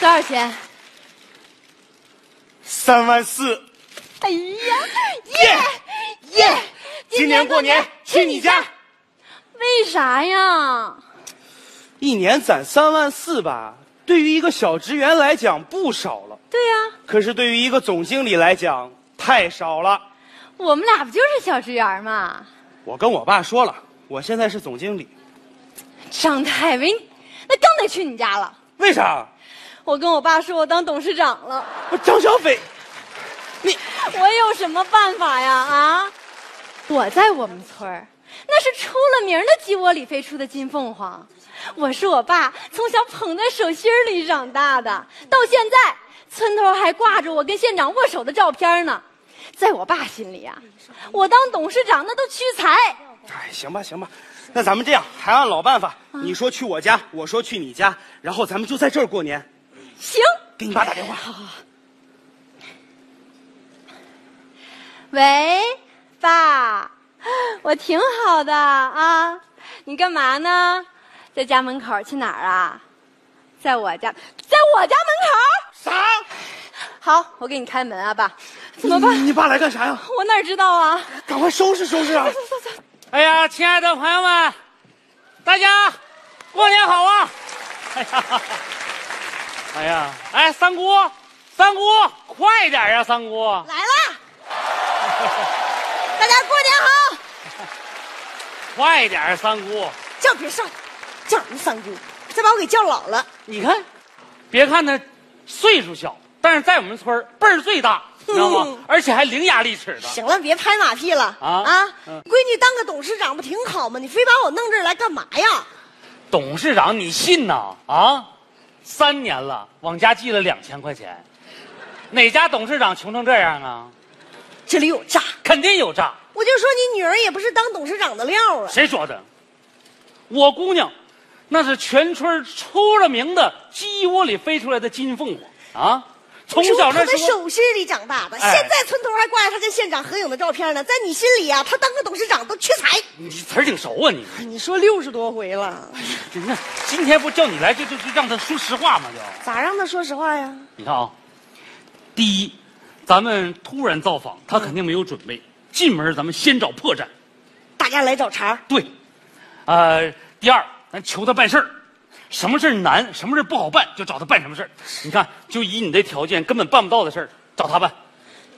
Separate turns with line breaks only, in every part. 多少钱？
三万四。
哎呀，
耶
耶！
今年过年去你家。
为啥呀？
一年攒三万四吧，对于一个小职员来讲不少了，
对呀、
可是对于一个总经理来讲太少了。
我们俩不就是小职员嘛？
我跟我爸说了，我现在是总经理，
张太为你，那更得去你家了。
为啥？
我跟我爸说，我当董事长了，
我张小斐，你
我有什么办法呀？啊，我在我们村儿那是出了名儿的鸡窝里飞出的金凤凰，我是我爸从小捧在手心儿里长大的，到现在村头还挂着我跟县长握手的照片呢。在我爸心里啊，我当董事长那都屈才。
哎，行吧，行吧，那咱们这样，还按老办法，你说去我家，我说去你家，然后咱们就在这儿过年。
行，
给你爸打电话，
喂，爸，我挺好的啊，你干嘛呢？在家门口去哪儿啊？在我家，在我家门
啥？
口。好，我给你开门啊，爸。怎么办？
你你爸来干啥呀？
我哪知道啊？
赶快收拾收拾啊！
哎呀，亲爱的朋友们，大家过年好啊！ 哎呀，哎呀，哎，三姑，三姑，快点呀、三姑！
来啦！大家过年好！
快点儿，三姑！
叫别上，叫什么三姑？再把我给叫老了。
你看，别看他岁数小，但是在我们村儿辈儿最大，你知道吗？
嗯
而且还伶牙俐齿的。
行了，别拍马屁了
啊嗯
闺女当个董事长不挺好吗？你非把我弄这儿来干嘛呀？
董事长，你信呐？啊，三年了，往家寄了两千块钱，哪家董事长穷成这样啊？
这里有诈！
肯定有诈。
我就说你女儿也不是当董事长的料啊！
谁说的？我姑娘，那是全村出了名的鸡窝里飞出来的金凤凰啊！从小那
她在
时候，
手心里长大的，
哎
现在村头还挂着她跟县长合影的照片呢。在你心里啊，她当个董事长都屈才。
你词儿挺熟啊你。
你说六十多回了，
你看，今天不叫你来，就就就让他说实话嘛就。
咋让她说实话呀？
你看啊，第一，咱们突然造访，他肯定没有准备。进门咱们先找破绽，
大家来找茬儿，
对。呃，第二，咱求他办事儿，什么事儿难，什么事儿不好办，就找他办什么事儿。你看，就以你的条件根本办不到的事儿，找他办。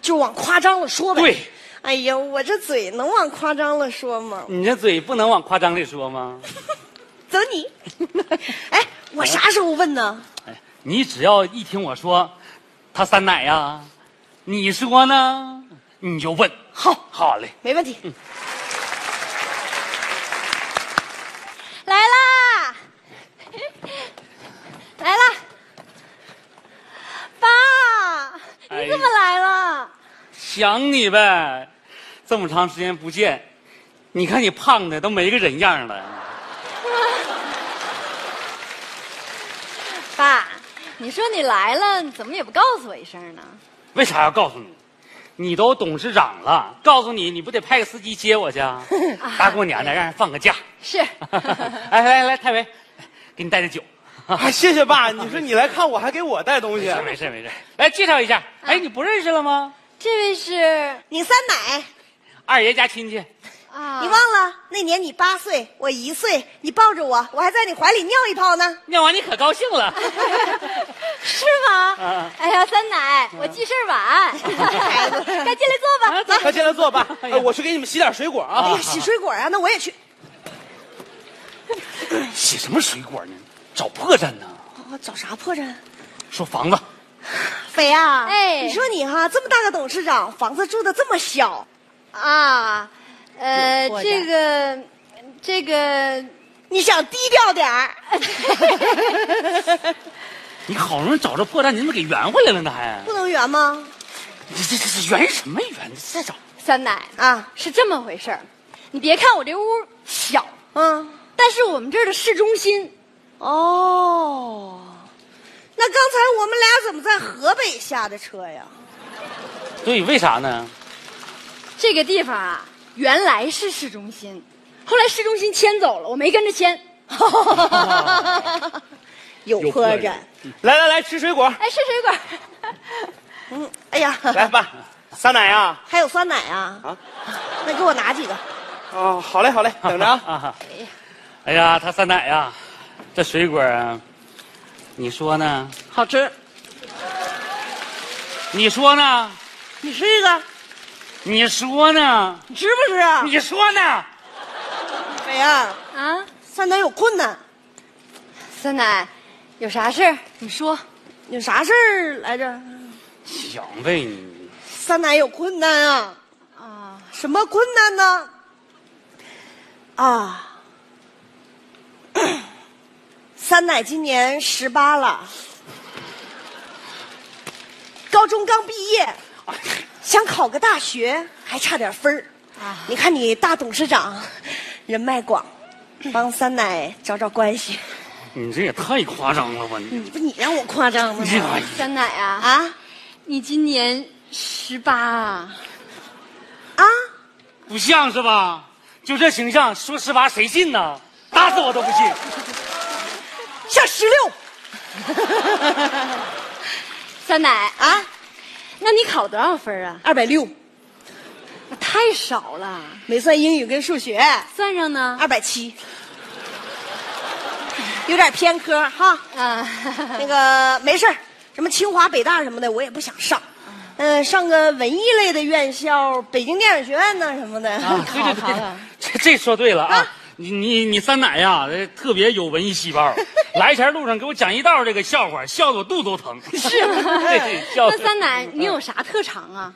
就往夸张了说呗。
对。
哎呀，我这嘴能往夸张了说吗？
你这嘴不能往夸张里说吗？
走你！ 哎，我啥时候问呢？
哎，你只要一听我说，他三奶呀，你说呢？你就问。好，好嘞。
没问题。
来啦！来啦！爸，你怎么来了？
想你呗，这么长时间不见，你看你胖的都没个人样了。
爸，你说你来了，怎么也不告诉我一声呢？
为啥要告诉你？你都董事长了，告诉你你不得派个司机接我去 啊？大过年的让人放个假。
是，
哎来来，太维，给你带点酒。
哎，谢谢爸，你说你来看我还给我带东西，
没事没事，来介绍一下。哎，你不认识了吗？
这位是
你三奶，
二爷家亲戚。
啊，
你忘了那年你八岁，我一岁，你抱着我，我还在你怀里尿一泡呢。
尿完你可高兴 了。
是吗？
啊
哎呀，三奶，我记事儿晚，该进来坐吧。
快进来坐吧，哎
哎呀
我去给你们洗点水果
哎
啊。
呀，洗水果啊，那我也去。
洗什么水果呢？找破绽呢？
哦，找啥破绽？
说房子，
肥呀、
哎
啊你说你哈这么大个董事长，房子住的这么小，
啊，呃
有，错的
这个，这个，
你想低调点儿？
你好容易找着破绽，你怎么给圆回来了呢？还
不能圆吗？
你这这这圆什么圆？再找
三奶
啊，
是这么回事儿。你别看我这屋小，
嗯，
但是我们这儿的市中心，
哦，那刚才我们俩怎么在河北下的车呀？
对，为啥 呢？
这个地方啊，原来是市中 心，后来市中心迁走了，我没跟着迁。
有
有
客
客
人
人。
来来来，吃水果，
哎，吃水果。
嗯，哎呀，
来爸，酸奶啊！
还有酸奶啊？
啊，
那给我拿几个。
哦，好嘞好 嘞，等着啊！
啊！ 哎呀，他酸奶呀，这水果啊，你说呢？
好吃，
你说呢？
你吃一个，
你说呢？
你吃不吃啊？
你说呢？
哎呀，
啊，
三奶有困难，
酸奶，有啥事儿你说。
有啥事儿来着？
想呗哎你。
三奶有困难啊？
啊，
什么困难呢？啊， 三奶今年十八了，高中刚毕业，想考个大学，还差点分儿。
啊
你看你大董事长，人脉广，帮三奶找找关系。
你这也太夸张了吧你！
你不你让我夸张的
哎
吗？
呀
酸奶啊，
啊
你今年十八啊？
啊！
不像是吧？就这形象，说实话谁信呢？打死我都不信。
像石榴
酸奶，
啊，
那你考多少分啊？
二百六，
太少了，
没算英语跟数学。
算上呢？
二百七，有点偏科 哈。
啊，
那个没事儿，什么清华、北大什么的，我也不想上。嗯、上个文艺类的院校，北京电影学院呐什么的。
啊， 对对对，这这说对了啊！你你你三奶呀，这特别有文艺细胞。来前路上给我讲一道这个笑话，笑得我肚子 都疼。是吗？哎
哎
笑
那
得。
酸奶，你有啥特长啊？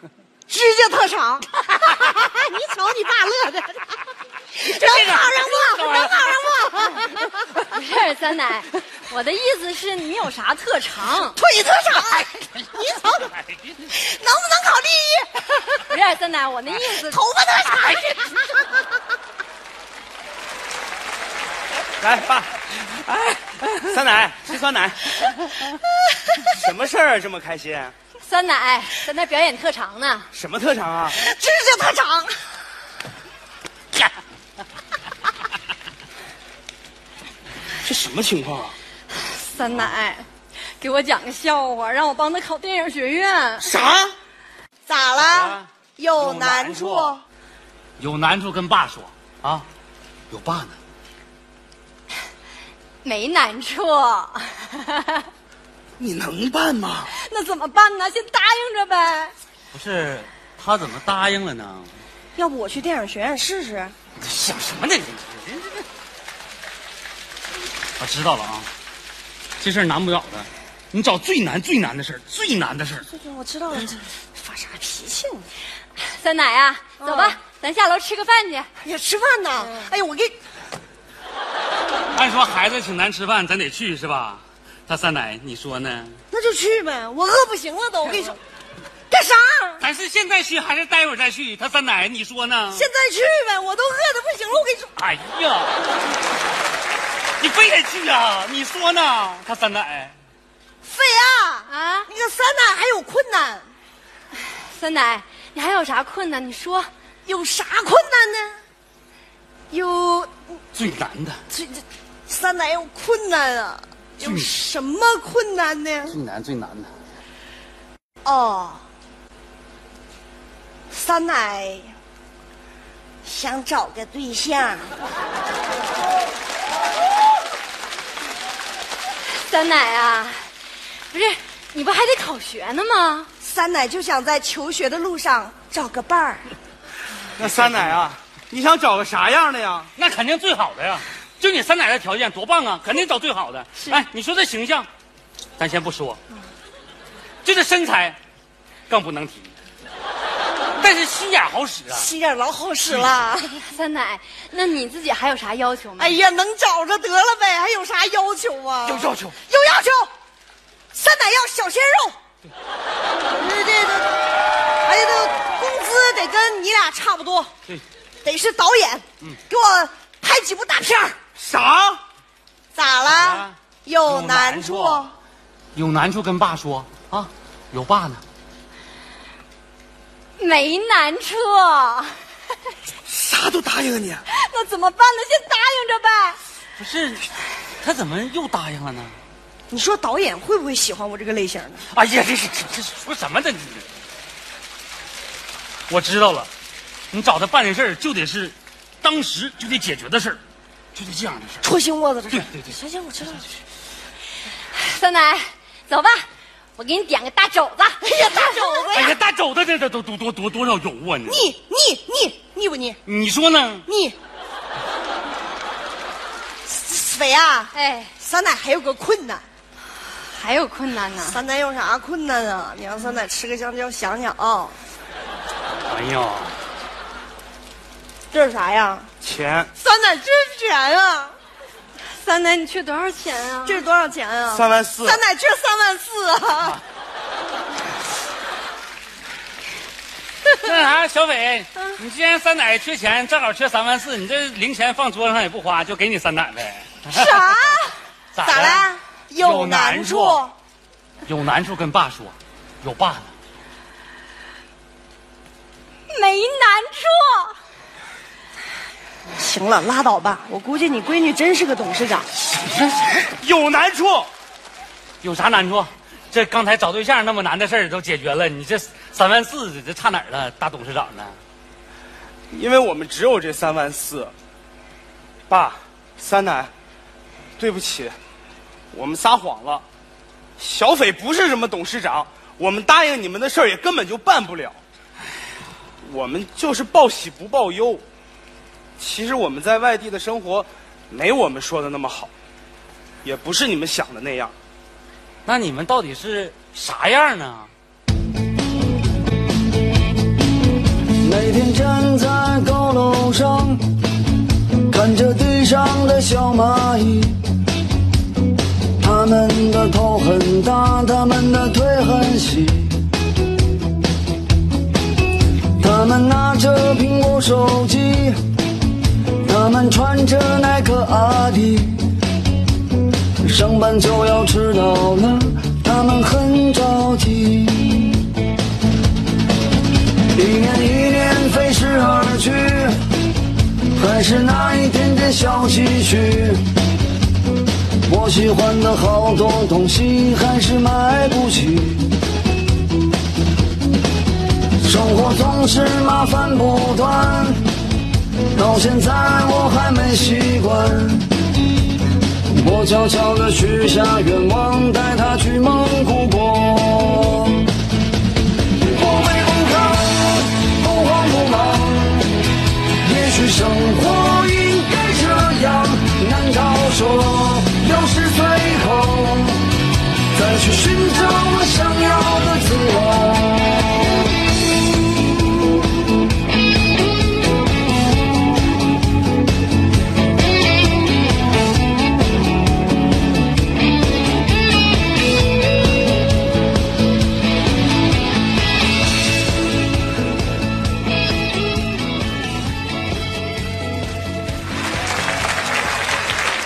指甲特长， 你瞅你爸乐 的，能考上不？能考上不？
不是酸奶，我的意思是你有啥特长？
腿特
哎
长， 你瞅能不能考第一？
不 是酸奶，我的意 思
头发特
哎
长，
来爸，哎，酸奶吃酸奶。什么事儿啊这么开心？
酸奶在那表演特长呢。
什么特长啊？
指甲特长。
这什么情况啊？
酸奶，给我讲个笑话，让我帮他考电影学院。
啥？
咋了
啊？
有
有
难
难
处
处？有难处跟爸说啊，有爸呢。
没难处，
你能办吗？
那怎么办呢？先答应着呗。
不是，他怎么答应了呢？
要不我去电影学院试试？
想什么呢？你这这这我知道了啊，这事儿难不了的，你找最难最难的事儿，最难的事儿。
这这我知道了，这哎发啥脾气呢？
酸奶啊，走吧，
嗯
咱下楼吃个饭去。
也吃饭呢。哎呀，我给
按说孩子请咱吃饭，咱得去是吧？他三奶，你说呢？
那就去呗，我饿不行了哎都。我跟你说，干啥？
咱是现在去还是待会儿再去？他三奶，你说呢？
现在去呗，我都饿的不行了。我跟你说，
哎呀，你非得去啊？你说呢？他三奶，
菲啊，
啊，
那个三奶还有困难，
酸奶，你还有啥困难？你说，
有啥困难呢？有
最难的，
这这，三奶有困难啊？有什么困难呢？
最难最难的。
哦，三奶想找个对象，
酸奶啊，不是，你不还得考学呢吗？
三奶就想在求学的路上找个伴儿。
那酸奶啊，你想找个啥样的呀？
那肯定最好的呀，就你三奶的条件多棒啊，肯定找最好的。哎，你说这形象，咱先不说，就这身材，更不能提。但是心眼好使啊，
心眼老好使了。
酸奶，那你自己还有啥要求吗？
哎呀，能找着得了呗，还有啥要求啊？
有要求，
有要求。三奶要小鲜肉。这这这，哎呀，这工资得跟你俩差不多，
对，
得是导演，给我拍几部大片儿。
啥？
咋了？
啊
有
有
难
难
处。啊
处有难处跟爸说啊，有爸呢。
没难处，
啥都答应啊你？
那怎么办呢？先答应着呗。
不是，他怎么又答应了呢？
你说导演会不会喜欢我这个类型呢？
哎呀，这是这是说什么呢？你我知道了，你找他办的事儿就得是当时就得解决的事儿，就得这样的事儿。
戳心窝子这是
对。对对
行行，我知道了。
三奶，走吧，我给你点个大肘子。哎呀，大肘子
哎呀，大肘子这这都多多多多少油啊你！
腻腻腻腻不腻？
你说呢？
腻。肥啊，
哎，
酸奶还有个困难，
还有困难呢。
酸奶有啥困难啊？你让酸奶吃个香蕉，想想啊，
哎呀，
这是啥呀？
钱
酸奶这是钱啊？
三奶，你缺多少钱啊？
这是多少钱啊？
三万四，
酸奶这三万四啊！
那啥，小斐，你既然三奶缺钱，正好缺三万四，你这零钱放桌上也不花，就给你三奶呗。
啥？
咋
咋了？有
有难
难
处
处？
有难处跟爸说，有爸呢。
没难处。
行了，拉倒吧。我估计你闺女真是个董事长。
有难处，
有啥难处？这刚才找对象那么难的事儿都解决了，你这三万四这差哪儿了？大董事长呢？
因为我们只有这三万四。爸，三奶，对不起，我们撒谎了。小斐不是什么董事长，我们答应你们的事儿也根本就办不了。我们就是报喜不报忧。其实我们在外地的生活，没我们说的那么好，也不是你们想的那样。
那你们到底是啥样呢？
每天站在高楼上，看着地上的小蚂蚁，它们的头很大，它们的腿很细，它们拿着苹果手机，它们穿着耐克阿迪，上班就要迟到了，它们很着急。一年一年飞逝而去，还是那一点点小唏嘘。我喜欢的好多东西还是买不起，生活总是麻烦不断，到现在我还没习惯。我悄悄地许下愿望，带她去蒙古国。不卑不亢，不慌不忙。也许生活应该这样，难道说六十岁后再去寻找我想要的自我？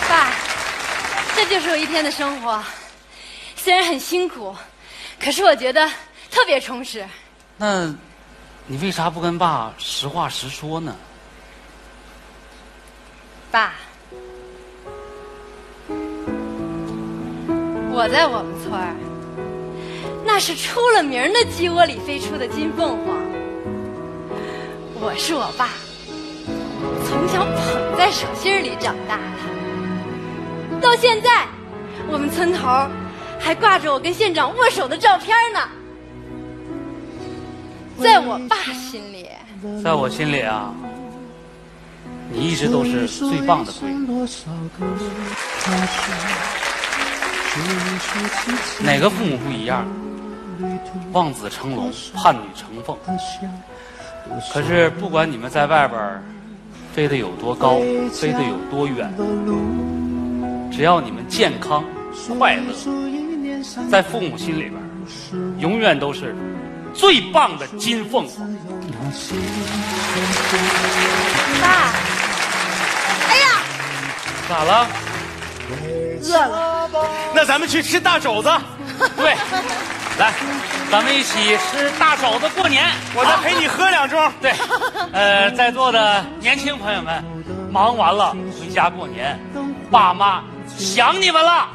爸，这就是我一天的生活，虽然很辛苦，可是我觉得特别充实。
那，你为啥不跟爸实话实说呢？
爸，我在我们村儿，那是出了名儿的鸡窝里飞出的金凤凰。我是我爸，从小捧在手心儿里长大的，到现在，我们村头儿还挂着我跟县长握手的照片儿呢。在我爸心里，
在我心里啊，你一直都是最棒的闺女。哪个父母不一样？望子成龙，盼女成凤。可是不管你们在外边儿飞得有多高，飞得有多远，只要你们健康快乐，在父母心里边儿，永远都是最棒的金凤凰。
爸，哎
咋了？
饿了，
那咱们去吃大肘子，
对，来，咱们一起吃大肘子过年。
我再陪你喝两盅。
对，呃，在座的年轻朋友们，忙完了回家过年，爸妈想你们了。